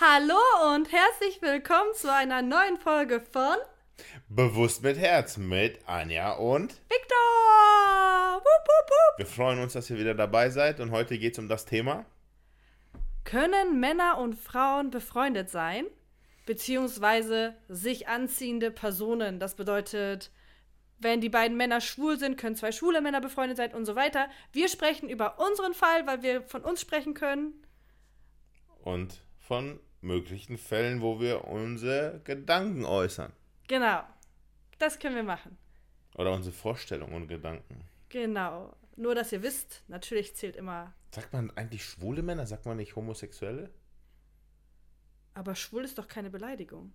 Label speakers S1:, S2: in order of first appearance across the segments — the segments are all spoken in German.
S1: Hallo und herzlich willkommen zu einer neuen Folge von
S2: Bewusst mit Herz mit Anja und
S1: Victor. Wup, wup, wup.
S2: wir freuen uns, dass ihr wieder dabei seid und heute geht es um das Thema.
S1: Können Männer und Frauen befreundet sein? Beziehungsweise sich anziehende Personen. Das bedeutet, wenn die beiden Männer schwul sind, können zwei schwule Männer befreundet sein und so weiter. Wir sprechen über unseren Fall, weil wir von uns sprechen können.
S2: und von möglichen Fällen, wo wir unsere Gedanken äußern.
S1: Genau. Das können wir machen.
S2: Oder unsere Vorstellungen und Gedanken.
S1: Genau. Nur, dass ihr wisst, natürlich zählt immer.
S2: Sagt man eigentlich schwule Männer? Sagt man nicht Homosexuelle?
S1: Aber schwul ist doch keine Beleidigung.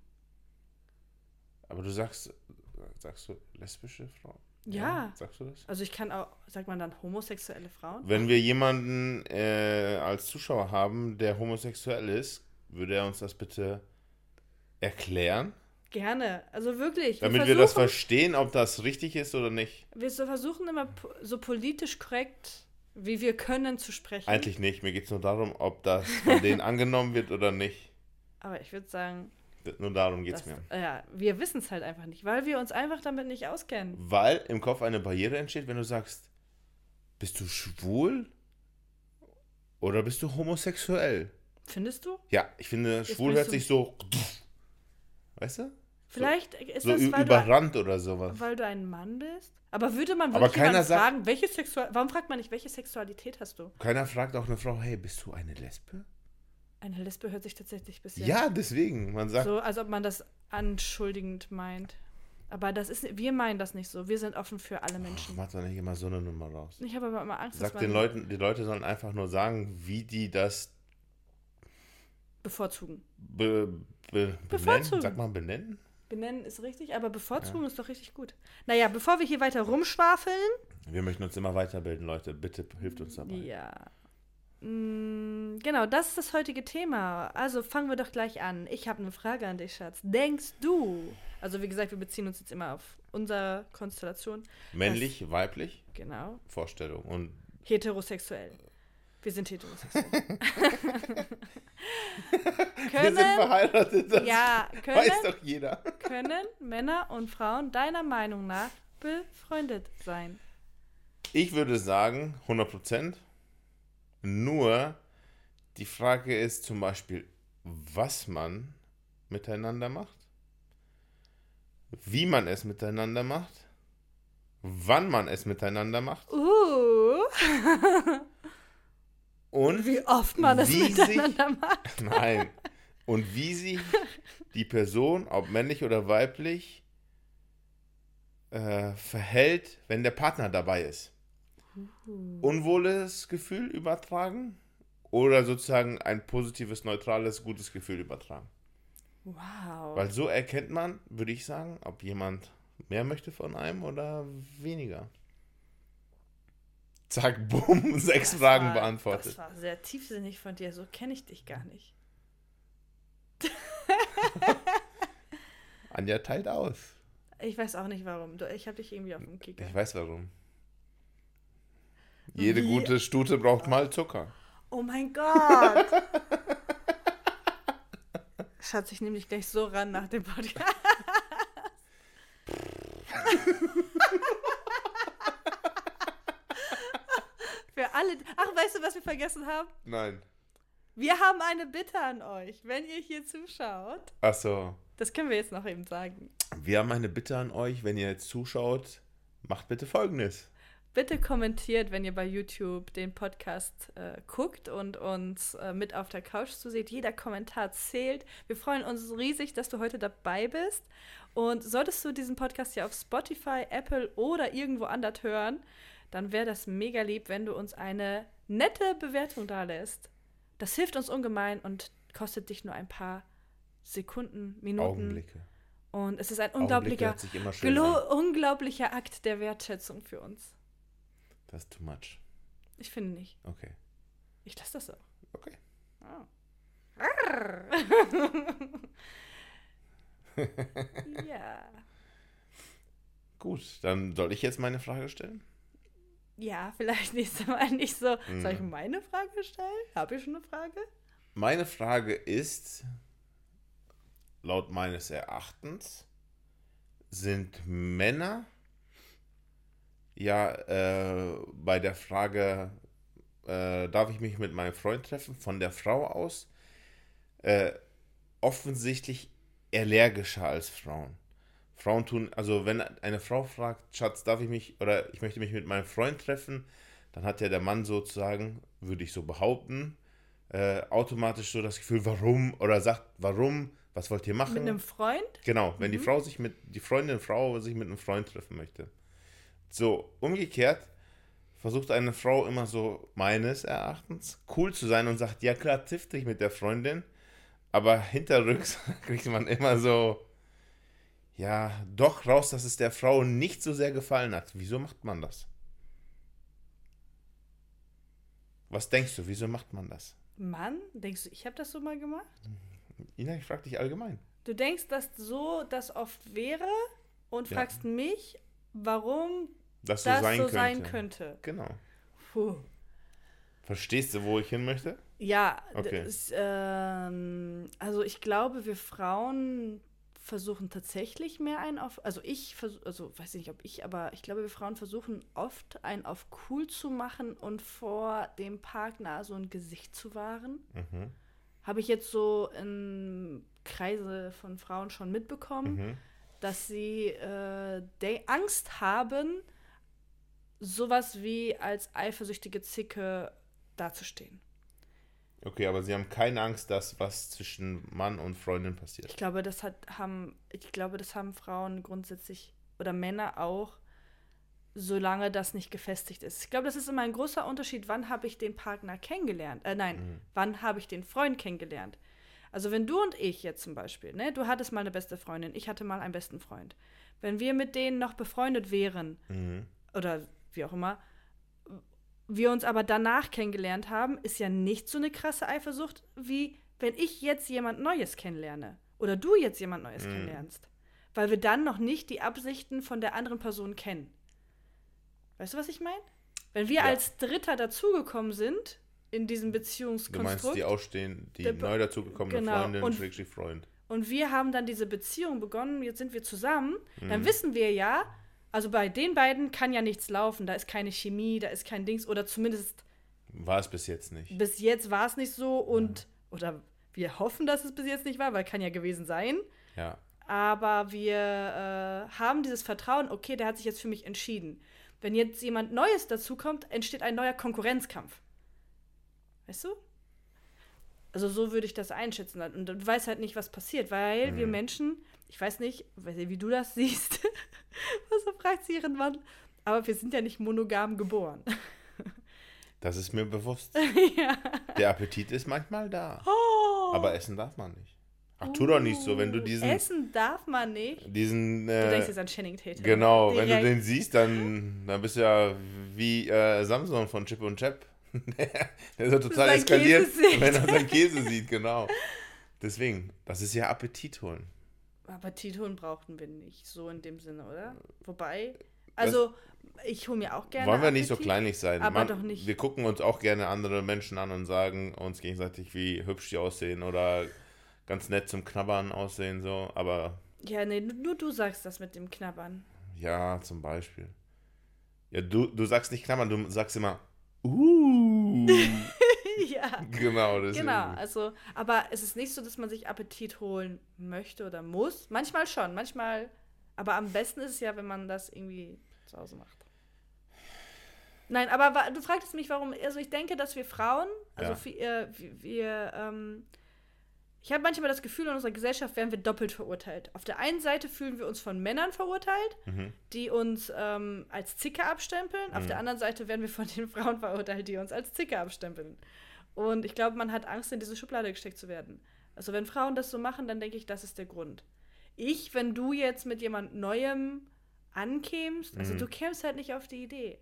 S2: Aber du sagst, sagst du lesbische Frauen?
S1: Ja.
S2: Sagst du das?
S1: Also ich kann auch, sagt man dann homosexuelle Frauen?
S2: Wenn wir jemanden äh, als Zuschauer haben, der homosexuell ist, würde er uns das bitte erklären,
S1: Gerne. Also wirklich.
S2: damit wir das verstehen, ob das richtig ist oder nicht.
S1: wir so versuchen immer po- so politisch korrekt, wie wir können, zu sprechen.
S2: Eigentlich nicht. Mir geht es nur darum, ob das von denen angenommen wird oder nicht.
S1: Aber ich würde sagen,
S2: Nur darum geht es
S1: dass,
S2: mir.
S1: ja, wir wissen es halt einfach nicht, weil wir uns einfach damit nicht auskennen.
S2: Weil im Kopf eine Barriere entsteht, wenn du sagst, bist du schwul oder bist du homosexuell?
S1: Findest du?
S2: Ja, ich finde, schwul
S1: bist
S2: hört
S1: du-
S2: sich so, weißt du?
S1: Vielleicht ist
S2: So
S1: das,
S2: ü-
S1: weil du, ein-
S2: überrannt oder sowas.
S1: weil du ein Mann bist. Aber würde man
S2: Aber
S1: wirklich
S2: keiner
S1: jemanden
S2: sagt-
S1: fragen, welche Sexual warum fragt man nicht, welche Sexualität hast du?
S2: Keiner fragt auch eine Frau, hey, bist du eine Lesbe?
S1: Eine Lesbe hört sich tatsächlich bisher
S2: Ja, deswegen. Man sagt,
S1: So, als ob man das anschuldigend meint. Aber das ist, wir meinen das nicht so. Wir sind offen für alle
S2: "Pff,
S1: Menschen.
S2: mach doch nicht immer so eine Nummer raus.
S1: Ich habe aber immer Angst, dass
S2: Sag
S1: man
S2: den Leuten, die Leute sollen einfach nur sagen, wie die das
S1: bevorzugen.
S2: be, be, benennen.
S1: Bevorzugen.
S2: Sagt man benennen?
S1: Benennen ist richtig, aber bevorzugen ist doch richtig gut. Naja, bevor wir hier weiter rumschwafeln.
S2: Wir möchten uns immer weiterbilden, Leute. Bitte hilft uns dabei.
S1: Ja. Mm, Genau, das ist das heutige Thema. Also fangen wir doch gleich an. Ich habe eine Frage an dich, Schatz. Denkst du? Also wie gesagt, wir beziehen uns jetzt immer auf unsere Konstellation.
S2: Männlich, weiblich,
S1: Genau.
S2: Vorstellung. Und
S1: Heterosexuell. Wir sind heterosexuell.
S2: wir sind
S1: können,
S2: verheiratet. Das
S1: ja,
S2: weiß
S1: können,
S2: doch jeder.
S1: können Männer und Frauen deiner Meinung nach befreundet sein?
S2: Ich würde sagen, 100 Prozent. Nur die Frage ist zum Beispiel, was man miteinander macht, wie man es miteinander macht, wann man es miteinander macht
S1: Uh,
S2: und
S1: wie oft man es
S2: Wie sich-
S1: miteinander macht.
S2: Nein. Und wie sich die Person, ob männlich oder weiblich, äh, verhält, wenn der Partner dabei ist.
S1: Mhm.
S2: Unwohles Gefühl übertragen oder sozusagen ein positives, neutrales, gutes Gefühl übertragen.
S1: Wow.
S2: Weil so erkennt man, würde ich sagen, ob jemand mehr möchte von einem oder weniger. Zack, bumm, sechs
S1: Das
S2: Fragen
S1: war-
S2: beantwortet.
S1: Das war sehr tiefsinnig von dir, so kenne ich dich gar nicht.
S2: Anja teilt aus.
S1: Ich weiß auch nicht warum. Du- Ich habe dich irgendwie auf dem Kicker.
S2: Ich weiß warum. Jede
S1: Wie-
S2: gute Stute braucht mal Zucker.
S1: Oh mein Gott! Schatz, ich nehme dich gleich so ran nach dem Podcast. Für alle. Ach, weißt du, was wir vergessen haben?
S2: Nein.
S1: Wir haben eine Bitte an euch, wenn ihr hier zuschaut.
S2: Achso.
S1: Das können wir jetzt noch eben sagen.
S2: Wir haben eine Bitte an euch, wenn ihr jetzt zuschaut, macht bitte folgendes.
S1: Bitte kommentiert, wenn ihr bei YouTube den Podcast äh, guckt und uns äh, mit auf der Couch zuseht. Jeder Kommentar zählt. Wir freuen uns riesig, dass du heute dabei bist. Und solltest du diesen Podcast ja auf Spotify, Apple oder irgendwo anders hören, dann wäre das mega lieb, wenn du uns eine nette Bewertung da lässt. Das hilft uns ungemein und kostet dich nur ein paar Sekunden, Minuten.
S2: Augenblicke.
S1: Und es ist ein
S2: Augenblicke
S1: unglaublicher,
S2: hört sich immer schön an.
S1: glo- unglaublicher Akt der Wertschätzung für uns.
S2: Das ist too much.
S1: Ich finde nicht.
S2: Okay.
S1: Ich lasse das auch.
S2: Okay.
S1: Ah. ja.
S2: Gut, dann soll ich jetzt meine Frage stellen?
S1: Ja, vielleicht nächstes Mal nicht so. Soll ich
S2: Mhm.
S1: meine Frage stellen? Habe ich schon eine Frage?
S2: Meine Frage ist, laut meines Erachtens sind Männer ja äh, bei der Frage, äh, darf ich mich mit meinem Freund treffen, von der Frau aus äh, offensichtlich allergischer als Frauen. Frauen tun, also wenn eine Frau fragt, Schatz, darf ich mich oder ich möchte mich mit meinem Freund treffen, dann hat ja der Mann sozusagen, würde ich so behaupten, äh, automatisch so das Gefühl, warum oder sagt, warum, was wollt ihr machen?
S1: Mit einem Freund?
S2: Genau, wenn die
S1: Mhm.
S2: Frau sich mit, die Freundin, Frau sich mit einem Freund treffen möchte. So, umgekehrt versucht eine Frau immer so, meines Erachtens, cool zu sein und sagt, ja klar, triff dich mit der Freundin, aber hinterrücks kriegt man immer so, ja, doch raus, dass es der Frau nicht so sehr gefallen hat. Wieso macht man das? Was denkst du, wieso macht man das?
S1: Mann? Denkst du, ich habe das so mal gemacht?
S2: Ina, ich frage dich allgemein.
S1: Du denkst, dass so das oft wäre und
S2: Ja.
S1: fragst mich, warum
S2: Dass
S1: das
S2: so sein
S1: so
S2: könnte.
S1: sein könnte.
S2: Genau.
S1: Puh.
S2: Verstehst du, wo ich hin möchte?
S1: Ja,
S2: Okay.
S1: das, ähm, also ich glaube, wir Frauen versuchen tatsächlich mehr einen auf, also ich versuche, also weiß nicht, ob ich, aber ich glaube, wir Frauen versuchen oft einen auf cool zu machen und vor dem Partner so ein Gesicht zu wahren.
S2: Mhm.
S1: Habe ich jetzt so in Kreise von Frauen schon mitbekommen,
S2: Mhm.
S1: dass sie äh, de- Angst haben, sowas wie als eifersüchtige Zicke dazustehen.
S2: Okay, aber sie haben keine Angst, dass was zwischen Mann und Freundin passiert.
S1: Ich glaube, das hat haben, ich glaube, das haben Frauen grundsätzlich oder Männer auch, solange das nicht gefestigt ist. Ich glaube, das ist immer ein großer Unterschied, wann habe ich den Partner kennengelernt? Äh, nein,
S2: Mhm.
S1: wann habe ich den Freund kennengelernt? Also wenn du und ich jetzt zum Beispiel, ne, du hattest mal eine beste Freundin, ich hatte mal einen besten Freund. Wenn wir mit denen noch befreundet wären,
S2: Mhm.
S1: oder wie auch immer, wir uns aber danach kennengelernt haben, ist ja nicht so eine krasse Eifersucht, wie wenn ich jetzt jemand Neues kennenlerne oder du jetzt jemand Neues
S2: Mhm.
S1: kennenlernst. Weil wir dann noch nicht die Absichten von der anderen Person kennen. Weißt du, was ich meine? Wenn wir
S2: Ja.
S1: als Dritter dazugekonmen sind in diesem
S2: Du meinst
S1: Beziehungskonstrukt
S2: die ausstehen, die
S1: Der Be-
S2: neu dazugekommene
S1: genau,
S2: Freundin,
S1: und-
S2: Schrägstrich Freund.
S1: und wir haben dann diese Beziehung begonnen, jetzt sind wir zusammen,
S2: Mhm.
S1: dann wissen wir ja, also bei den beiden kann ja nichts laufen, da ist keine Chemie, da ist kein Dings oder zumindest
S2: War es bis jetzt nicht.
S1: bis jetzt war es nicht so und oder wir hoffen, dass es bis jetzt nicht war, weil kann ja gewesen sein,
S2: Ja.
S1: aber wir äh, haben dieses Vertrauen, okay, der hat sich jetzt für mich entschieden. Wenn jetzt jemand Neues dazukommt, entsteht ein neuer Konkurrenzkampf. Weißt du? Also so würde ich das einschätzen. Und du weißt halt nicht, was passiert, weil wir
S2: Mhm.
S1: Menschen, ich weiß nicht, weiß nicht, wie du das siehst, was fragt sie ihren Mann, aber wir sind ja nicht monogam geboren.
S2: Das ist mir bewusst.
S1: ja.
S2: Der Appetit ist manchmal da.
S1: Oh.
S2: Aber essen darf man nicht. Ach, tu doch nicht so, wenn du
S1: Uh,
S2: diesen.
S1: Essen darf man nicht.
S2: diesen
S1: Du
S2: äh,
S1: denkst jetzt an Channing Tatum.
S2: genau, wenn du
S1: Direkt.
S2: den siehst, dann, dann bist du ja wie äh, Samson von Chip und Chap. Der ist ja total
S1: Sein
S2: eskaliert,
S1: Käse sieht.
S2: wenn er seinen Käse sieht, genau. Deswegen, das ist ja Appetit holen.
S1: Aber Titeln brauchten wir nicht, so in dem Sinne, oder? Wobei, also ich hole mir auch gerne.
S2: Wollen wir nicht so
S1: Appetit.
S2: kleinlich sein?
S1: aber doch nicht.
S2: Wir gucken uns auch gerne andere Menschen an und sagen uns gegenseitig, wie hübsch die aussehen oder ganz nett zum Knabbern aussehen, so. Aber
S1: Ja, nee, nur, nur du sagst das mit dem Knabbern.
S2: ja, zum Beispiel. Ja, du, du sagst nicht knabbern, du sagst immer, uh.
S1: ja.
S2: genau, deswegen.
S1: Genau, also, aber es ist nicht so, dass man sich Appetit holen möchte oder muss. Manchmal schon, manchmal. Aber am besten ist es ja, wenn man das irgendwie zu Hause macht. Nein, aber wa- du fragtest mich, warum. Also, ich denke, dass wir Frauen, also
S2: Ja.
S1: vi- äh, wir, wir ähm, ich habe manchmal das Gefühl, in unserer Gesellschaft werden wir doppelt verurteilt. Auf der einen Seite fühlen wir uns von Männern verurteilt,
S2: Mhm.
S1: die uns ähm, als Zicke abstempeln. Auf
S2: Mhm.
S1: der anderen Seite werden wir von den Frauen verurteilt, die uns als Zicke abstempeln. Und ich glaube, man hat Angst, in diese Schublade gesteckt zu werden. Also wenn Frauen das so machen, dann denke ich, das ist der Grund. Ich, wenn du jetzt mit jemand Neuem ankämst, also
S2: Mhm.
S1: du kämst halt nicht auf die Idee.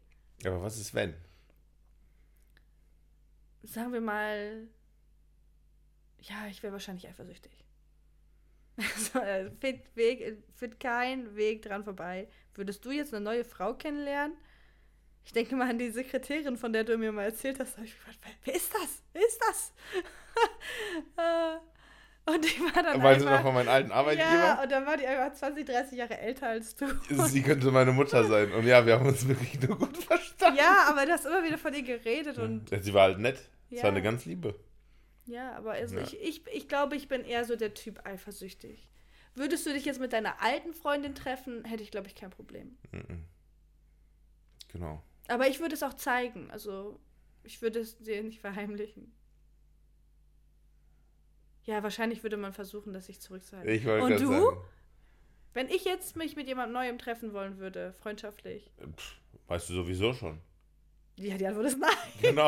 S2: Aber was ist wenn?
S1: Sagen wir mal, ja, ich wäre wahrscheinlich eifersüchtig. Also, äh, fit, Weg, fit kein Weg dran vorbei. Würdest du jetzt eine neue Frau kennenlernen? Ich denke mal an die Sekretärin, von der du mir mal erzählt hast. Da hab ich gefragt, wer, wer ist das? Wer ist das? äh, Und die war dann
S2: Weil sie noch
S1: einfach,
S2: von meinem alten
S1: Ja,
S2: Arbeitgeber.
S1: und dann war die einfach 20, 30 Jahre älter als du.
S2: Sie könnte meine Mutter sein. Und ja, wir haben uns wirklich nur gut verstanden.
S1: Ja, aber du hast immer wieder von ihr geredet und
S2: Ja, sie war halt nett. Sie
S1: Ja.
S2: war eine ganz liebe.
S1: ja, aber also
S2: Ja.
S1: ich, ich, ich glaube, ich bin eher so der Typ eifersüchtig. Würdest du dich jetzt mit deiner alten Freundin treffen, hätte ich, glaube ich, kein Problem.
S2: Mhm. Genau.
S1: Aber ich würde es auch zeigen. Also, ich würde es dir nicht verheimlichen. Ja, wahrscheinlich würde man versuchen, das sich zurückzuhalten.
S2: Ich wollte
S1: Und
S2: grad
S1: du?
S2: Sagen,
S1: Wenn ich jetzt mich mit jemand Neuem treffen wollen würde, freundschaftlich.
S2: pff, weißt du sowieso schon.
S1: Ja, die Antwort ist nein.
S2: Genau.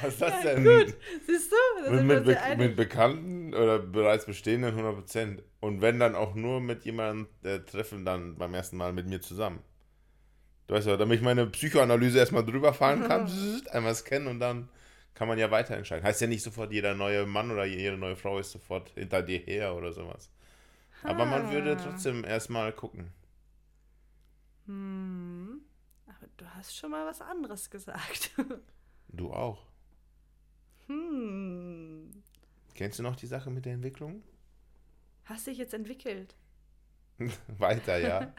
S2: Was ist das
S1: Ja,
S2: denn?
S1: gut. Siehst du? Da
S2: Mit,
S1: sind wir
S2: mit,
S1: uns ja
S2: Be
S1: einig.
S2: mit Bekannten oder bereits bestehenden 100%. Und wenn dann auch nur mit jemandem äh, treffen, dann beim ersten Mal mit mir zusammen. Du weißt ja, damit ich meine Psychoanalyse erstmal drüber fahren kann, zzzzt, einmal scannen und dann kann man ja weiter entscheiden. Heißt ja nicht sofort, jeder neue Mann oder jede neue Frau ist sofort hinter dir her oder sowas. Aber man würde
S1: Ah.
S2: trotzdem erstmal gucken.
S1: Hm. Aber du hast schon mal was anderes gesagt.
S2: Du auch.
S1: hm.
S2: Kennst du noch die Sache mit der Entwicklung?
S1: Hast dich jetzt entwickelt.
S2: Weiter, ja.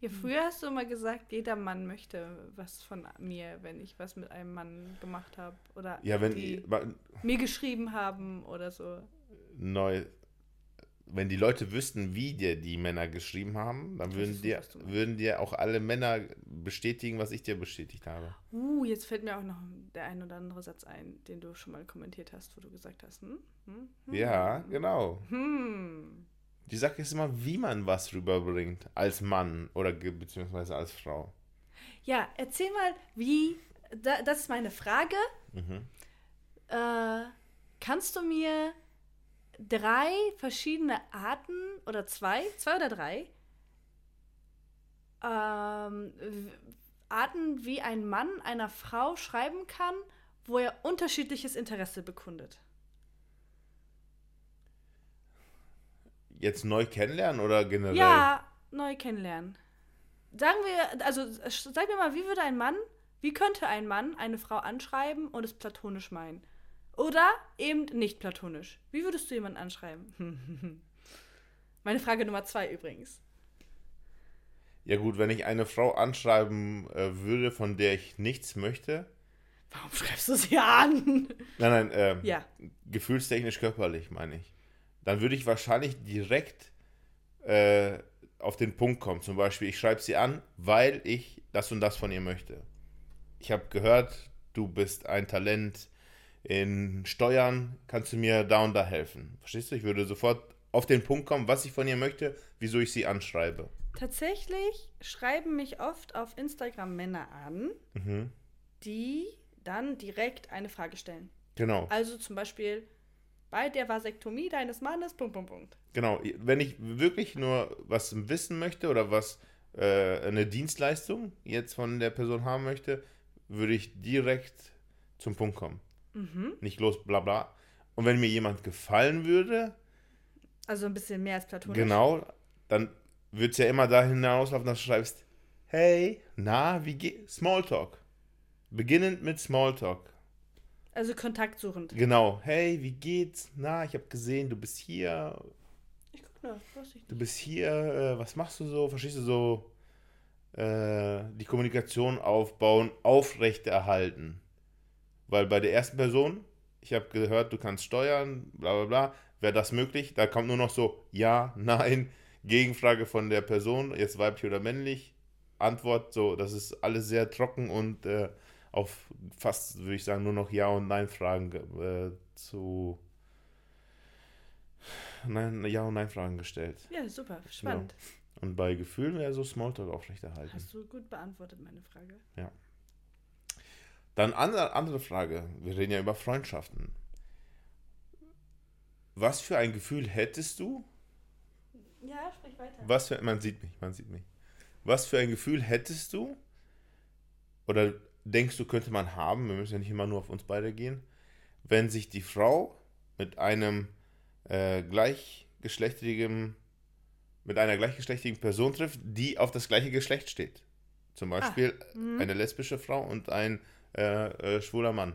S1: Ja, früher hast du immer gesagt, jeder Mann möchte was von mir, wenn ich was mit einem Mann gemacht habe. Oder
S2: Ja, wenn
S1: die
S2: ma-
S1: mir geschrieben haben oder so.
S2: neu. Wenn die Leute wüssten, wie dir die Männer geschrieben haben, dann
S1: Das
S2: würden
S1: ist so,
S2: dir,
S1: was du meinst.
S2: würden dir auch alle Männer bestätigen, was ich dir bestätigt habe.
S1: Uh, jetzt fällt mir auch noch der ein oder andere Satz ein, den du schon mal kommentiert hast, wo du gesagt hast, hm? hm? hm?
S2: Ja, genau.
S1: Hm.
S2: Die Sache ist immer, wie man was rüberbringt, als Mann oder ge- beziehungsweise als Frau.
S1: Ja, erzähl mal, wie. Da, das ist meine Frage.
S2: Mhm.
S1: Äh, kannst du mir drei verschiedene Arten oder zwei, zwei oder drei ähm, w- Arten, wie ein Mann einer Frau schreiben kann, wo er unterschiedliches Interesse bekundet?
S2: Jetzt neu kennenlernen oder generell?
S1: Ja, neu kennenlernen. Sagen wir, also sch- sag mir mal, wie würde ein Mann, wie könnte ein Mann eine Frau anschreiben und es platonisch meinen? Oder eben nicht platonisch. Wie würdest du jemanden anschreiben? Meine Frage Nummer zwei übrigens.
S2: Ja gut, wenn ich eine Frau anschreiben äh, würde, von der ich nichts möchte.
S1: Warum schreibst du sie an?
S2: Nein, nein, ähm,
S1: Ja.
S2: gefühlstechnisch körperlich, meine ich. Dann würde ich wahrscheinlich direkt äh, auf den Punkt kommen. Zum Beispiel, ich schreibe sie an, weil ich das und das von ihr möchte. Ich habe gehört, du bist ein Talent in Steuern, kannst du mir da und da helfen. Verstehst du? Ich würde sofort auf den Punkt kommen, was ich von ihr möchte, wieso ich sie anschreibe.
S1: Tatsächlich schreiben mich oft auf Instagram Männer an,
S2: Mhm.
S1: die dann direkt eine Frage stellen.
S2: Genau,
S1: Also zum Beispiel bei der Vasektomie deines Mannes, Punkt, Punkt, Punkt.
S2: genau. Wenn ich wirklich nur was wissen möchte oder was äh, eine Dienstleistung jetzt von der Person haben möchte, würde ich direkt zum Punkt kommen.
S1: Mhm.
S2: Nicht los, bla bla. Und wenn mir jemand gefallen würde,
S1: Also ein bisschen mehr als platonisch.
S2: genau, dann würde es ja immer dahin hinauslaufen, dass du schreibst, hey, na, wie geht, Smalltalk. Beginnend mit Smalltalk.
S1: Also kontaktsuchend.
S2: Genau, hey, wie geht's, na, ich habe gesehen, du bist hier,
S1: Ich guck nur, weiß ich nicht.
S2: du bist hier, äh, was machst du so, verstehst du so, äh, die Kommunikation aufbauen, aufrechterhalten. Weil bei der ersten Person, ich habe gehört, du kannst steuern, bla bla bla, wäre das möglich, da kommt nur noch so, ja, nein, Gegenfrage von der Person, jetzt weiblich oder männlich, Antwort so, das ist alles sehr trocken und äh, auf fast, würde ich sagen, nur noch Ja- und Nein-Fragen äh, zu... Nein, Ja- und Nein-Fragen gestellt.
S1: Ja, super, spannend.
S2: Und bei Gefühlen wäre so Smalltalk aufrechterhalten.
S1: Hast du gut beantwortet, meine Frage.
S2: Dann andere, andere Frage. Wir reden ja über Freundschaften. Was für ein Gefühl hättest du?
S1: Ja, sprich weiter.
S2: Was für, man sieht mich, man sieht mich. Was für ein Gefühl hättest du? Oder denkst du, könnte man haben? Wir müssen ja nicht immer nur auf uns beide gehen. Wenn sich die Frau mit einem äh, gleichgeschlechtigen, mit einer gleichgeschlechtigen Person trifft, die auf das gleiche Geschlecht steht. Zum Beispiel
S1: mhm.
S2: eine lesbische Frau und ein äh, äh, schwuler Mann.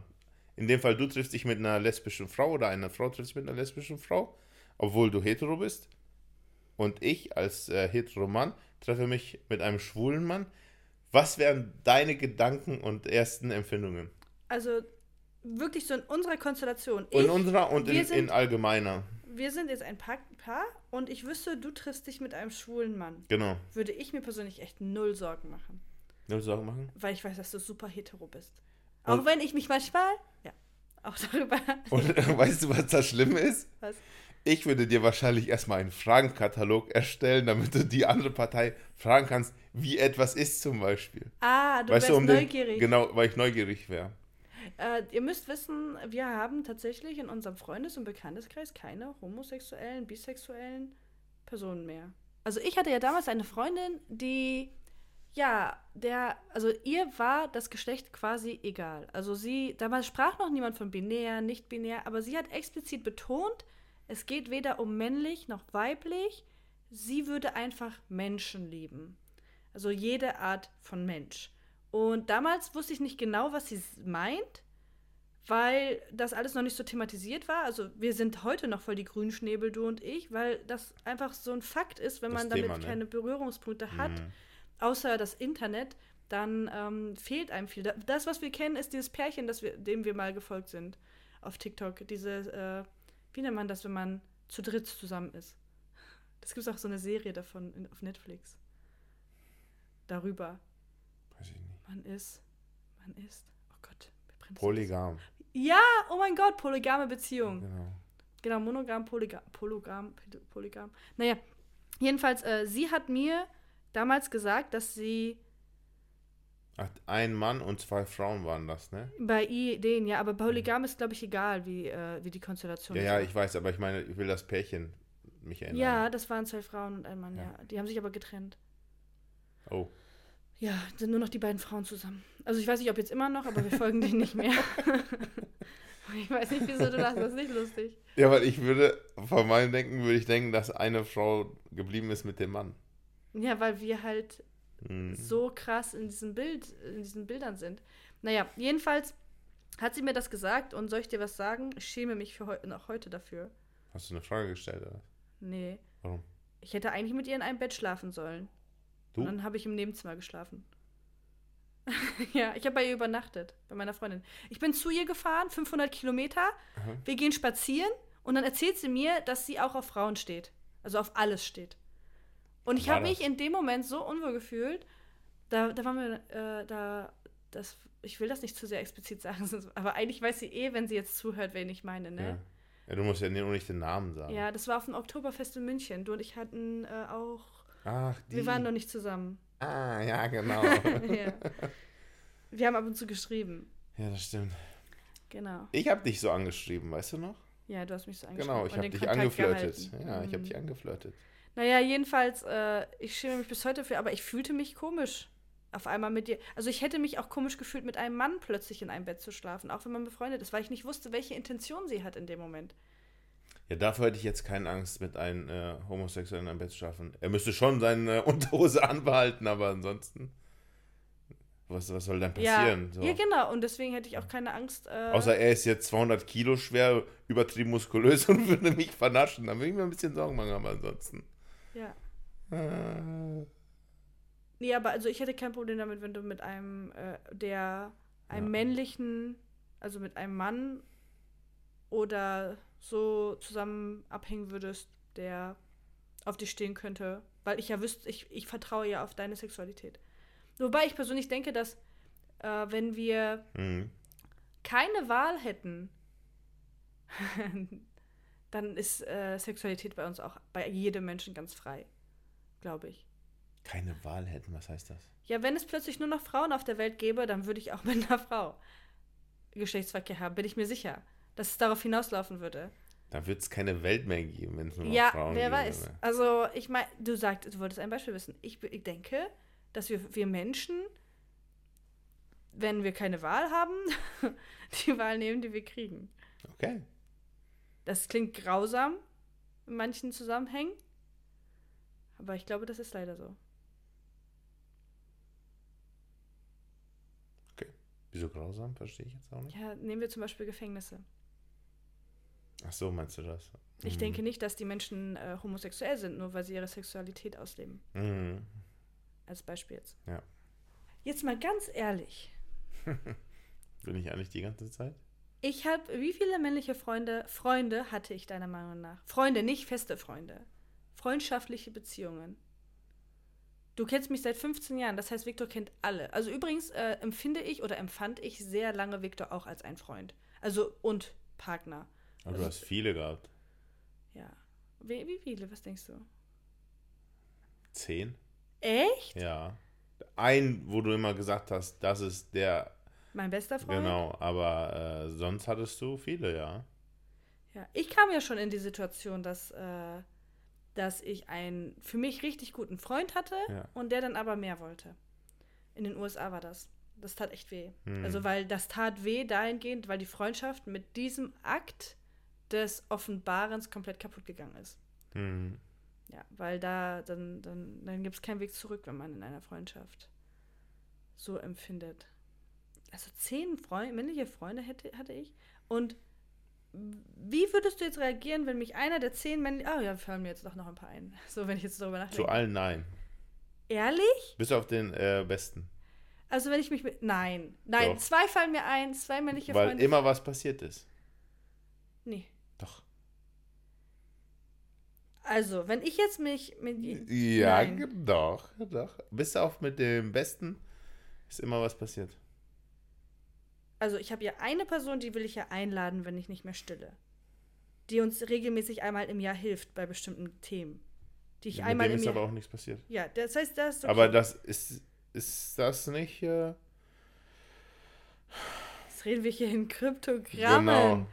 S2: In dem Fall, du triffst dich mit einer lesbischen Frau oder eine Frau trifft sich mit einer lesbischen Frau, obwohl du hetero bist. Und ich als äh, hetero Mann treffe mich mit einem schwulen Mann. Was wären deine Gedanken und ersten Empfindungen?
S1: Also wirklich so in unserer Konstellation.
S2: In
S1: Ich-
S2: unserer und in,
S1: wir sind-
S2: in allgemeiner.
S1: wir sind jetzt ein Pa- Paar und ich wüsste, du triffst dich mit einem schwulen Mann.
S2: Genau.
S1: Würde ich mir persönlich echt null Sorgen machen.
S2: Nur Sorgen machen.
S1: Weil ich weiß, dass du super hetero bist. Auch
S2: Und-
S1: wenn ich mich manchmal, ja, auch darüber.
S2: Und weißt du, was das Schlimme ist?
S1: Was?
S2: Ich würde dir wahrscheinlich erstmal einen Fragenkatalog erstellen, damit du die andere Partei fragen kannst, wie etwas ist zum Beispiel.
S1: Ah, du
S2: weißt
S1: wärst
S2: um den-
S1: neugierig.
S2: genau, weil ich neugierig wäre.
S1: Äh, ihr müsst wissen, wir haben tatsächlich in unserem Freundes- und Bekannteskreis keine homosexuellen, bisexuellen Personen mehr. Also ich hatte ja damals eine Freundin, die, ja, der, also ihr war das Geschlecht quasi egal. Also sie, damals sprach noch niemand von binär, nicht binär, aber sie hat explizit betont, es geht weder um männlich noch weiblich. Sie würde einfach Menschen lieben. Also jede Art von Mensch. Und damals wusste ich nicht genau, was sie s- meint, weil das alles noch nicht so thematisiert war. Also wir sind heute noch voll die Grünschnäbel, du und ich, weil das einfach so ein Fakt ist, wenn
S2: Das
S1: man
S2: Thema,
S1: damit
S2: ne?
S1: keine Berührungspunkte hat,
S2: Mhm.
S1: außer das Internet, dann ähm, fehlt einem viel. Da- Das, was wir kennen, ist dieses Pärchen, das wir, dem wir mal gefolgt sind auf TikTok. Diese, äh, wie nennt man das, wenn man zu dritt zusammen ist? Das gibt auch so eine Serie davon in, auf Netflix. Darüber.
S2: Weiß ich nicht.
S1: Man ist, man ist, oh Gott, mir brennt das
S2: Polygam.
S1: Herz. Ja, oh mein Gott, polygame Beziehung.
S2: Genau.
S1: Genau, monogam, polygam, polygam, polygam. Naja, jedenfalls, äh, sie hat mir damals gesagt, dass sie
S2: Ach, ein Mann und zwei Frauen waren das, ne?
S1: Bei I, den, ja, aber Polygam ist, glaube ich, egal, wie, äh, wie die Konstellation
S2: Mhm. Ja,
S1: ist.
S2: ja, ich weiß, aber ich meine, ich will das Pärchen mich erinnern.
S1: Ja, das waren zwei Frauen und ein Mann, ja.
S2: Ja.
S1: Die haben sich aber getrennt.
S2: Oh.
S1: Ja, sind nur noch die beiden Frauen zusammen. Also ich weiß nicht, ob jetzt immer noch, aber wir folgen denen nicht mehr. ich weiß nicht, wieso du lachst, das ist nicht lustig.
S2: Ja, weil ich würde, von meinem Denken würde ich denken, dass eine Frau geblieben ist mit dem Mann.
S1: Ja, weil wir halt
S2: Mhm.
S1: so krass in diesem Bild, in diesen Bildern sind. Naja, jedenfalls hat sie mir das gesagt und soll ich dir was sagen? Ich schäme mich für heu noch heute dafür.
S2: Hast du eine Frage gestellt, oder?
S1: Nee.
S2: Warum?
S1: Ich hätte eigentlich mit ihr in einem Bett schlafen sollen.
S2: Du?
S1: Und dann habe ich im Nebenzimmer geschlafen. ja, ich habe bei ihr übernachtet, bei meiner Freundin. Ich bin zu ihr gefahren, 500 Kilometer.
S2: Aha.
S1: Wir gehen spazieren und dann erzählt sie mir, dass sie auch auf Frauen steht. Also auf alles steht. Und ich
S2: War
S1: habe
S2: das?
S1: mich in dem Moment so unwohl gefühlt. Da, da waren wir, äh, da, das, ich will das nicht zu sehr explizit sagen, sonst- aber eigentlich weiß sie eh, wenn sie jetzt zuhört, wen ich meine, ne?
S2: Ja. ja, du musst ja nur nicht den Namen sagen.
S1: Ja, das war auf dem Oktoberfest in München. Du und ich hatten äh, auch.
S2: Ach, die.
S1: Wir waren noch nicht zusammen.
S2: Ah, ja, genau.
S1: ja. Wir haben ab und zu geschrieben.
S2: ja, das stimmt.
S1: Genau.
S2: Ich habe dich so angeschrieben, weißt du noch?
S1: Ja, du hast mich so angeschrieben.
S2: Genau, ich
S1: und
S2: habe
S1: den
S2: dich
S1: Kontakt
S2: angeflirtet.
S1: gehalten.
S2: Ja, ich habe
S1: Mhm.
S2: dich angeflirtet.
S1: Naja, jedenfalls, äh, ich schäme mich bis heute für, aber ich fühlte mich komisch. Auf einmal mit dir. Also ich hätte mich auch komisch gefühlt, mit einem Mann plötzlich in einem Bett zu schlafen, auch wenn man befreundet ist, weil ich nicht wusste, welche Intention sie hat in dem Moment.
S2: Ja, dafür hätte ich jetzt keine Angst, mit einem äh, Homosexuellen am Bett zu schlafen. Er müsste schon seine äh, Unterhose anbehalten, aber ansonsten. Was, was soll dann passieren?
S1: ja.
S2: So.
S1: ja, genau. Und deswegen hätte ich auch keine Angst. Äh,
S2: Außer er ist jetzt 200 Kilo schwer, übertrieben muskulös und würde mich vernaschen. Dann würde ich mir ein bisschen Sorgen machen, aber ansonsten.
S1: ja.
S2: Äh,
S1: Nee, aber also ich hätte kein Problem damit, wenn du mit einem, äh, der, einem
S2: Ja.
S1: männlichen, also mit einem Mann oder so zusammen abhängen würdest, der auf dich stehen könnte. Weil ich ja wüsste, ich, ich vertraue ja auf deine Sexualität. Wobei ich persönlich denke, dass äh, wenn wir
S2: mhm.
S1: keine Wahl hätten, dann ist äh, Sexualität bei uns auch, bei jedem Menschen ganz frei, glaube ich.
S2: Keine Wahl hätten, was heißt das?
S1: Ja, wenn es plötzlich nur noch Frauen auf der Welt gäbe, dann würde ich auch mit einer Frau Geschlechtsverkehr haben, bin ich mir sicher, dass es darauf hinauslaufen würde.
S2: Da wird es keine Welt mehr geben, wenn es nur noch
S1: ja,
S2: Frauen
S1: wer
S2: gäbe.
S1: weiß. Also, ich meine, du sagst, du wolltest ein Beispiel wissen. Ich, be- ich denke, dass wir, wir Menschen, wenn wir keine Wahl haben, die Wahl nehmen, die wir kriegen.
S2: Okay.
S1: Das klingt grausam in manchen Zusammenhängen, aber ich glaube, das ist leider so.
S2: Okay. Wieso grausam? Verstehe ich jetzt auch nicht.
S1: Ja, nehmen wir zum Beispiel Gefängnisse.
S2: Ach so, meinst du das?
S1: Ich
S2: Mhm.
S1: denke nicht, dass die Menschen äh, homosexuell sind, nur weil sie ihre Sexualität ausleben.
S2: Mhm.
S1: Als Beispiel jetzt.
S2: Ja.
S1: Jetzt mal ganz ehrlich.
S2: Bin ich eigentlich die ganze Zeit?
S1: Ich habe, wie viele männliche Freunde, Freunde hatte ich deiner Meinung nach? Freunde, nicht feste Freunde. Freundschaftliche Beziehungen. Du kennst mich seit 15 Jahren, das heißt, Viktor kennt alle. Also übrigens äh, empfinde ich oder empfand ich sehr lange Viktor auch als ein Freund. Also und Partner.
S2: Aber du
S1: Also-
S2: hast viele gehabt.
S1: Ja. Wie, wie viele? Was denkst du?
S2: Zehn?
S1: Echt?
S2: Ja. Ein, wo du immer gesagt hast, das ist der.
S1: Mein bester Freund?
S2: Genau, aber äh, sonst hattest du viele, ja.
S1: Ja, ich kam ja schon in die Situation, dass, äh, dass ich einen für mich richtig guten Freund hatte
S2: Ja.
S1: und der dann aber mehr wollte. In den USA war das. Das tat echt weh.
S2: Hm.
S1: Also, weil das tat weh dahingehend, weil die Freundschaft mit diesem Akt des Offenbarens komplett kaputt gegangen ist.
S2: Mhm.
S1: Ja, weil da, dann, dann, dann gibt es keinen Weg zurück, wenn man in einer Freundschaft so empfindet. Also zehn Freunde, männliche Freunde hätte, hatte ich. Und wie würdest du jetzt reagieren, wenn mich einer der zehn männlichen. Oh ja, fallen mir jetzt doch noch ein paar ein. So, wenn ich jetzt darüber nachdenke.
S2: Zu allen nein.
S1: Ehrlich?
S2: Bis auf den äh, besten.
S1: Also, wenn ich mich mit. Nein. Nein,
S2: Doch.
S1: zwei fallen mir ein, zwei männliche
S2: Weil
S1: Freunde.
S2: immer was passiert ist.
S1: nee.
S2: Doch.
S1: Also, wenn ich jetzt mich mit.
S2: Ja,
S1: Nein.
S2: ge- doch, doch. Bis auf mit dem besten ist immer was passiert.
S1: Also ich habe ja eine Person, die will ich ja einladen, wenn ich nicht mehr stille. Die uns regelmäßig einmal im Jahr hilft bei bestimmten Themen. Die ich
S2: mit
S1: einmal
S2: dem
S1: im
S2: ist
S1: Jahr.
S2: aber auch nichts passiert.
S1: ja, das heißt, das ist okay.
S2: Aber das ist, ist das nicht. Äh,
S1: Jetzt reden wir hier in Kryptogrammen.
S2: genau.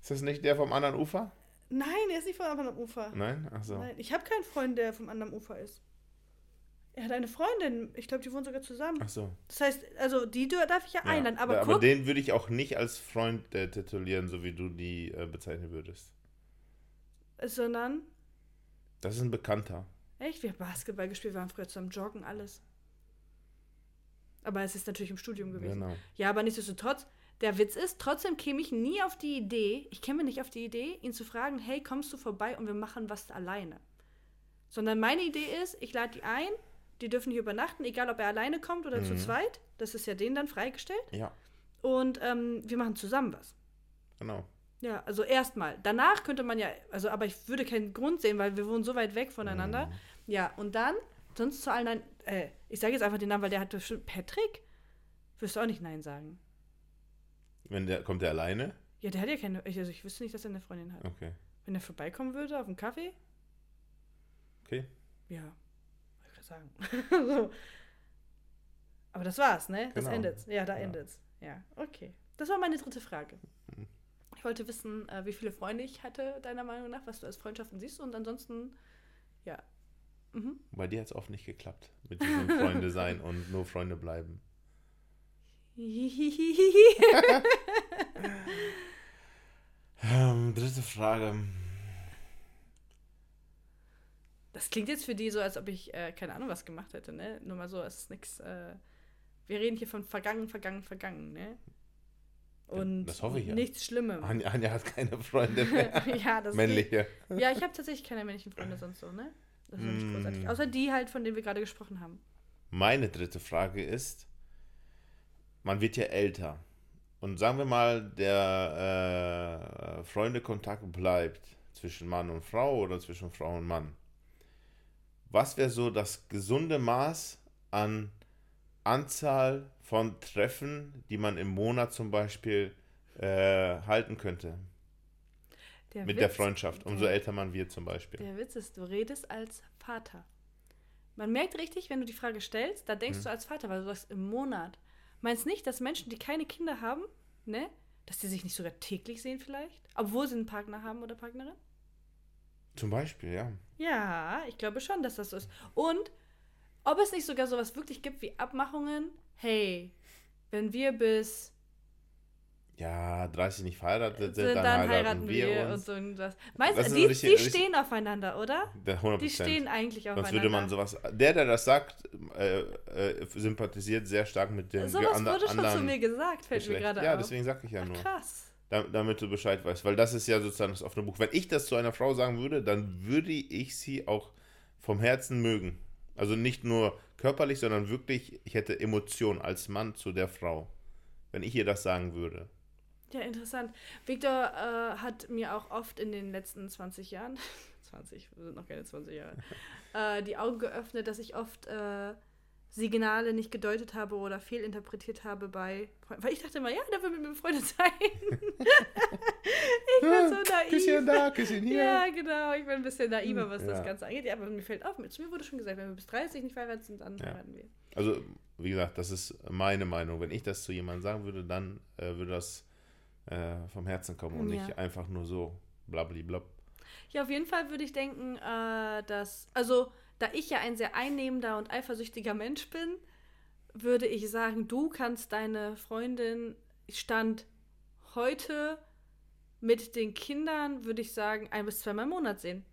S2: Ist das nicht der vom anderen Ufer?
S1: Nein, er ist nicht von einem anderen Ufer.
S2: Nein? Achso.
S1: Nein, ich habe keinen Freund, der vom anderen Ufer ist. Er hat eine Freundin. Ich glaube, die wohnen sogar zusammen.
S2: Achso.
S1: Das heißt, also die dür- darf ich ja, einladen. Aber,
S2: aber
S1: guck,
S2: den würde ich auch nicht als Freund äh, titulieren, so wie du die äh, bezeichnen würdest.
S1: sondern,
S2: Das ist ein Bekannter.
S1: echt, wir haben Basketball gespielt, wir waren früher zusammen joggen, alles. Aber es ist natürlich im Studium gewesen.
S2: Genau.
S1: Ja, aber nichtsdestotrotz, der Witz ist, trotzdem käme ich nie auf die Idee, ich käme nicht auf die Idee, ihn zu fragen, hey, kommst du vorbei und wir machen was alleine. Sondern meine Idee ist, ich lade die ein, die dürfen hier übernachten, egal ob er alleine kommt oder zu
S2: Mhm.
S1: zweit, das ist ja denen dann freigestellt.
S2: Ja,
S1: Und ähm, wir machen zusammen was.
S2: genau.
S1: Ja, also erstmal. Danach könnte man ja, also aber ich würde keinen Grund sehen, weil wir wohnen so weit weg voneinander.
S2: Mhm.
S1: Ja, und dann, sonst zu allen, ein- äh, ich sage jetzt einfach den Namen, weil der hat bestimmt Patrick. Wirst du auch nicht Nein sagen.
S2: Wenn der kommt der alleine?
S1: Ja, der hat ja keine. ich- Also ich wüsste nicht, dass er eine Freundin hat.
S2: Okay.
S1: Wenn er vorbeikommen würde auf einen Kaffee,
S2: Okay.
S1: ja, wollte ich grad sagen. so. Aber das war's, ne? Das
S2: Genau.
S1: endet's. Ja, da
S2: Ja.
S1: endet's. Ja, okay. Das war meine dritte Frage.
S2: Mhm.
S1: Ich wollte wissen, äh, wie viele Freunde ich hatte, deiner Meinung nach, was du als Freundschaften siehst und ansonsten, ja. Mhm.
S2: Bei dir hat es oft nicht geklappt. Mit diesem Freunde sein und nur Freunde bleiben. Ähm, dritte Frage.
S1: Das klingt jetzt für die so, als ob ich äh, keine Ahnung was gemacht hätte, ne? Nur mal so, es ist nix. Äh, wir reden hier von vergangen, vergangen, vergangen, ne? Und
S2: das hoffe ich ja.
S1: nichts Schlimmes.
S2: Anja, Anja hat keine Freunde mehr.
S1: ja, das
S2: Männliche.
S1: Ja, ich habe tatsächlich keine männlichen Freunde sonst so, ne? Das ist nicht
S2: Mm.
S1: großartig. Außer die halt, von denen wir gerade gesprochen haben.
S2: Meine dritte Frage ist, man wird ja älter. Und sagen wir mal, der äh, Freundekontakt bleibt zwischen Mann und Frau oder zwischen Frau und Mann. Was wäre so das gesunde Maß an Anzahl von Treffen, die man im Monat zum Beispiel äh, halten könnte mit der
S1: Witz-
S2: Freundschaft, umso
S1: der,
S2: älter man wird zum Beispiel?
S1: Der Witz ist, du redest als Vater. Man merkt richtig, wenn du die Frage stellst, da
S2: Mhm.
S1: denkst du als Vater, weil du sagst im Monat. Meinst nicht, dass Menschen, die keine Kinder haben, ne? Dass die sich nicht sogar täglich sehen vielleicht? Obwohl sie einen Partner haben oder Partnerin?
S2: Zum Beispiel, ja.
S1: Ja, ich glaube schon, dass das so ist. Und ob es nicht sogar sowas wirklich gibt wie Abmachungen, hey, wenn wir bis
S2: ja, 30 nicht verheiratet sind,
S1: Äh, Dann,
S2: dann, heiraten, wir,
S1: und
S2: uns.
S1: so und das. Meinst
S2: Das
S1: du,
S2: ist
S1: die,
S2: richtig-
S1: die
S2: richtig-
S1: stehen aufeinander, oder?
S2: Der 100%.
S1: Die stehen eigentlich aufeinander.
S2: Sonst würde man sowas. Der, der das sagt, äh, äh, sympathisiert sehr stark mit dem
S1: Sowas
S2: ander-
S1: wurde schon zu
S2: Äh, anderen
S1: mir gesagt, fällt mir
S2: Geschlecht.
S1: gerade
S2: Ja,
S1: auf.
S2: deswegen sag ich ja nur.
S1: Krass.
S2: Da- Damit du Bescheid weißt. Weil das ist ja sozusagen das offene Buch. Wenn ich das zu einer Frau sagen würde, dann würde ich sie auch vom Herzen mögen. Also nicht nur körperlich, sondern wirklich, ich hätte Emotionen als Mann zu der Frau. Wenn ich ihr das sagen würde.
S1: Ja, interessant. Victor äh, hat mir auch oft in den letzten 20 Jahren, 20, wir sind noch keine 20 Jahre, äh, die Augen geöffnet, dass ich oft äh, Signale nicht gedeutet habe oder fehlinterpretiert habe bei Freunden. Weil ich dachte immer, ja, der will mit mir befreundet sein. ich bin so naiv.
S2: Küsschen da, Küsschen hier.
S1: Ja, genau. Ich bin ein bisschen naiver, was das
S2: Ja.
S1: Ganze angeht. Ja, aber mir fällt auf, zu mir wurde schon gesagt, wenn wir bis 30 nicht verheiratet sind, dann
S2: Ja.
S1: heiraten wir.
S2: Also, wie gesagt, das ist meine Meinung. Wenn ich das zu jemandem sagen würde, dann äh, würde das äh, vom Herzen kommen und
S1: Ja.
S2: nicht einfach nur so blablablab.
S1: Ja, auf jeden Fall würde ich denken, äh, dass, also da ich ja ein sehr einnehmender und eifersüchtiger Mensch bin, würde ich sagen, du kannst deine Freundin Stand heute mit den Kindern, würde ich sagen, ein bis zweimal im Monat sehen.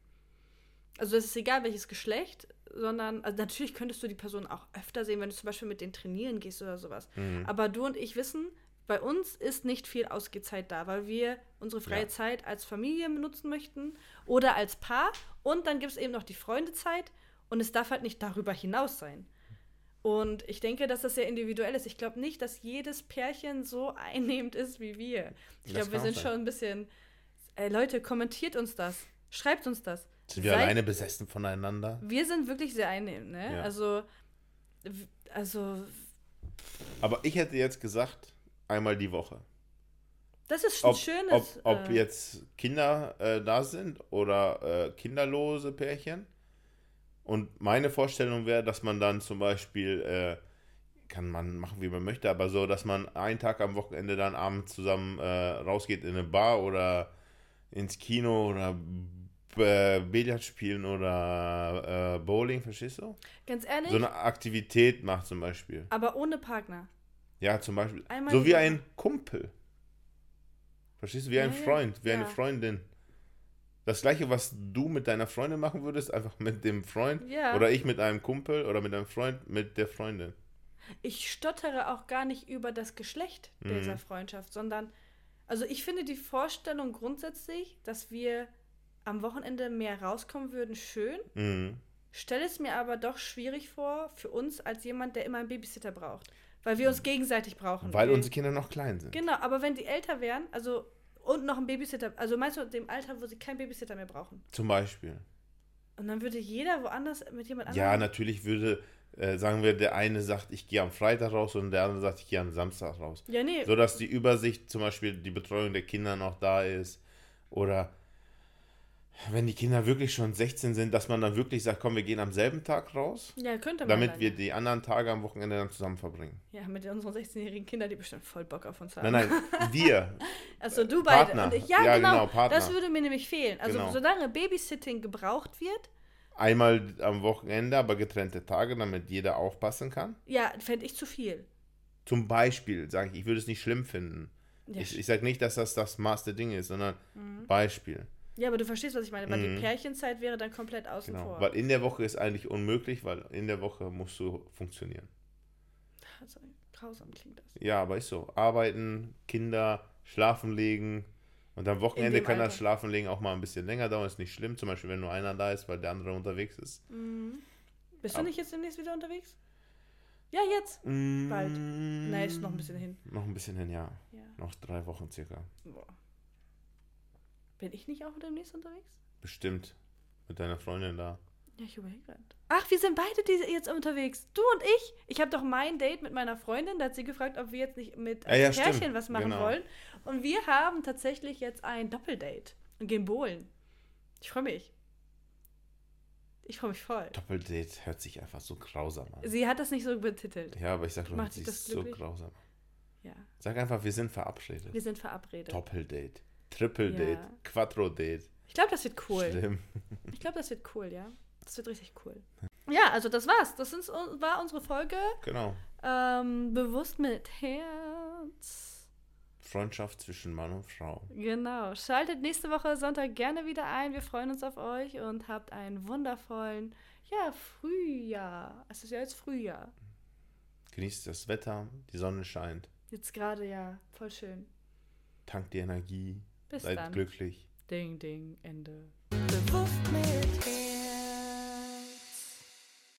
S1: Also es ist egal, welches Geschlecht, sondern, also natürlich könntest du die Person auch öfter sehen, wenn du zum Beispiel mit denen trainieren gehst oder sowas.
S2: Mhm.
S1: Aber du und ich wissen, bei uns ist nicht viel Ausgezeit da, weil wir unsere freie
S2: Ja.
S1: Zeit als Familie benutzen möchten oder als Paar. Und dann gibt es eben noch die Freundezeit und es darf halt nicht darüber hinaus sein. Und ich denke, dass das sehr individuell ist. Ich glaube nicht, dass jedes Pärchen so einnehmend ist wie wir. Ich
S2: Das
S1: glaube, wir
S2: kann auch
S1: sind
S2: sein.
S1: schon ein bisschen. Ey, Leute, kommentiert uns das. Schreibt uns das.
S2: Sind wir
S1: Seid-
S2: alleine besessen voneinander?
S1: Wir sind wirklich sehr einnehmend, ne?
S2: Ja.
S1: Also, w- also,
S2: Aber ich hätte jetzt gesagt, einmal die Woche.
S1: das ist ein
S2: Ob,
S1: schönes.
S2: ob, ob
S1: äh,
S2: jetzt Kinder äh, da sind oder äh, kinderlose Pärchen. Und meine Vorstellung wäre, dass man dann zum Beispiel, äh, kann man machen, wie man möchte, aber so, dass man einen Tag am Wochenende dann abends zusammen äh, rausgeht in eine Bar oder ins Kino oder äh, Billard spielen oder äh, Bowling, verstehst du?
S1: Ganz ehrlich,
S2: So eine Aktivität macht zum Beispiel.
S1: aber ohne Partner.
S2: Ja, zum Beispiel.
S1: Einmal
S2: so
S1: die
S2: wie
S1: Woche.
S2: ein Kumpel. Verstehst du? Wie ein
S1: Ja, ja.
S2: Freund, wie eine
S1: Ja.
S2: Freundin. Das gleiche, was du mit deiner Freundin machen würdest, einfach mit dem Freund.
S1: Ja.
S2: Oder ich mit einem Kumpel oder mit einem Freund, mit der Freundin.
S1: Ich stottere auch gar nicht über das Geschlecht dieser
S2: Mhm.
S1: Freundschaft, sondern, also ich finde die Vorstellung grundsätzlich, dass wir am Wochenende mehr rauskommen würden, schön.
S2: Mhm.
S1: Stelle es mir aber doch schwierig vor für uns als jemand, der immer einen Babysitter braucht. Weil wir uns gegenseitig brauchen.
S2: Mhm. Weil
S1: Wir-
S2: unsere Kinder noch klein sind.
S1: Genau, aber wenn die älter wären, also und noch einen Babysitter, also meinst du dem Alter, wo sie keinen Babysitter mehr brauchen?
S2: Zum Beispiel.
S1: Und dann würde jeder woanders mit jemand
S2: Ja,
S1: anderem.
S2: natürlich würde, äh, sagen wir, der eine sagt, ich gehe am Freitag raus und der andere sagt, ich gehe am Samstag raus.
S1: Ja, nee.
S2: So dass die Übersicht, zum Beispiel die Betreuung der Kinder noch da ist. Oder wenn die Kinder wirklich schon 16 sind, dass man dann wirklich sagt, komm, wir gehen am selben Tag raus,
S1: ja, könnte man.
S2: damit
S1: dann,
S2: wir
S1: ja.
S2: die anderen Tage am Wochenende dann zusammen verbringen.
S1: Ja, mit unseren 16-jährigen Kindern, die bestimmt voll Bock auf uns haben.
S2: Nein, nein, wir.
S1: also du beide.
S2: Partner.
S1: Und ich, ja,
S2: Ja,
S1: genau.
S2: genau, Partner.
S1: Das würde mir nämlich fehlen. Also
S2: Genau.
S1: solange Babysitting gebraucht wird,
S2: Einmal am Wochenende, aber getrennte Tage, damit jeder aufpassen kann.
S1: ja, fände ich zu viel.
S2: Zum Beispiel, sage ich, ich würde es nicht schlimm finden.
S1: Ja, Mhm.
S2: Ich, ich sage nicht, dass das das Maß der Dinge ist, sondern Beispiel.
S1: ja, aber du verstehst, was ich meine. Weil die
S2: Mhm.
S1: Pärchenzeit wäre dann komplett außen
S2: Genau.
S1: vor.
S2: Weil in der Woche ist eigentlich unmöglich, weil in der Woche musst du funktionieren.
S1: Also, grausam klingt das.
S2: Ja, aber ist so. Arbeiten, Kinder, schlafen legen. Und am Wochenende
S1: dem
S2: kann
S1: Alter.
S2: das Schlafen legen auch mal ein bisschen länger dauern. Ist nicht schlimm, zum Beispiel, wenn nur einer da ist, weil der andere unterwegs ist.
S1: Mhm. Bist du
S2: Aber-
S1: nicht jetzt demnächst wieder unterwegs? Ja, jetzt. Bald. Na, ist noch ein bisschen hin.
S2: Mm. Noch ein bisschen hin, ja.
S1: Ja.
S2: Noch drei Wochen circa.
S1: Boah. Bin ich nicht auch demnächst unterwegs?
S2: Bestimmt. Mit deiner Freundin da.
S1: Ja, ich überlege gerade. Ach, wir sind beide diese jetzt unterwegs. Du und ich. Ich habe doch mein Date mit meiner Freundin. Da hat sie gefragt, ob wir jetzt nicht mit
S2: Ja, ja,
S1: Pärchen
S2: stimmt.
S1: was machen
S2: Genau.
S1: wollen. Und wir haben tatsächlich jetzt ein Doppeldate und gehen bowlen. Ich freue mich. Ich freue mich voll.
S2: Doppeldate hört sich einfach so grausam an.
S1: Sie hat das nicht so betitelt.
S2: Ja, aber ich sag nur,
S1: Macht
S2: hört
S1: dich
S2: sich
S1: das
S2: so
S1: glücklich?
S2: grausam.
S1: Ja,
S2: Sag einfach, wir sind verabredet.
S1: wir sind verabredet.
S2: Doppeldate, Tripledate,
S1: Ja.
S2: Quadrodate.
S1: Ich glaube, das wird cool.
S2: Schlimm.
S1: Ich glaube, das wird cool, ja. Das wird richtig cool. Ja, also das war's. Das sind, war unsere Folge.
S2: Genau.
S1: Ähm, bewusst mit Herz.
S2: Freundschaft zwischen Mann und Frau.
S1: Genau. Schaltet nächste Woche Sonntag gerne wieder ein. Wir freuen uns auf euch und habt einen wundervollen, ja, Frühjahr. Es ist ja jetzt Frühjahr.
S2: Genießt das Wetter, die Sonne scheint,
S1: Jetzt gerade ja. Voll schön.
S2: tankt die Energie,
S1: Bis
S2: seid
S1: dann.
S2: glücklich.
S1: Ding, ding, Ende. Bewusst mit Herz.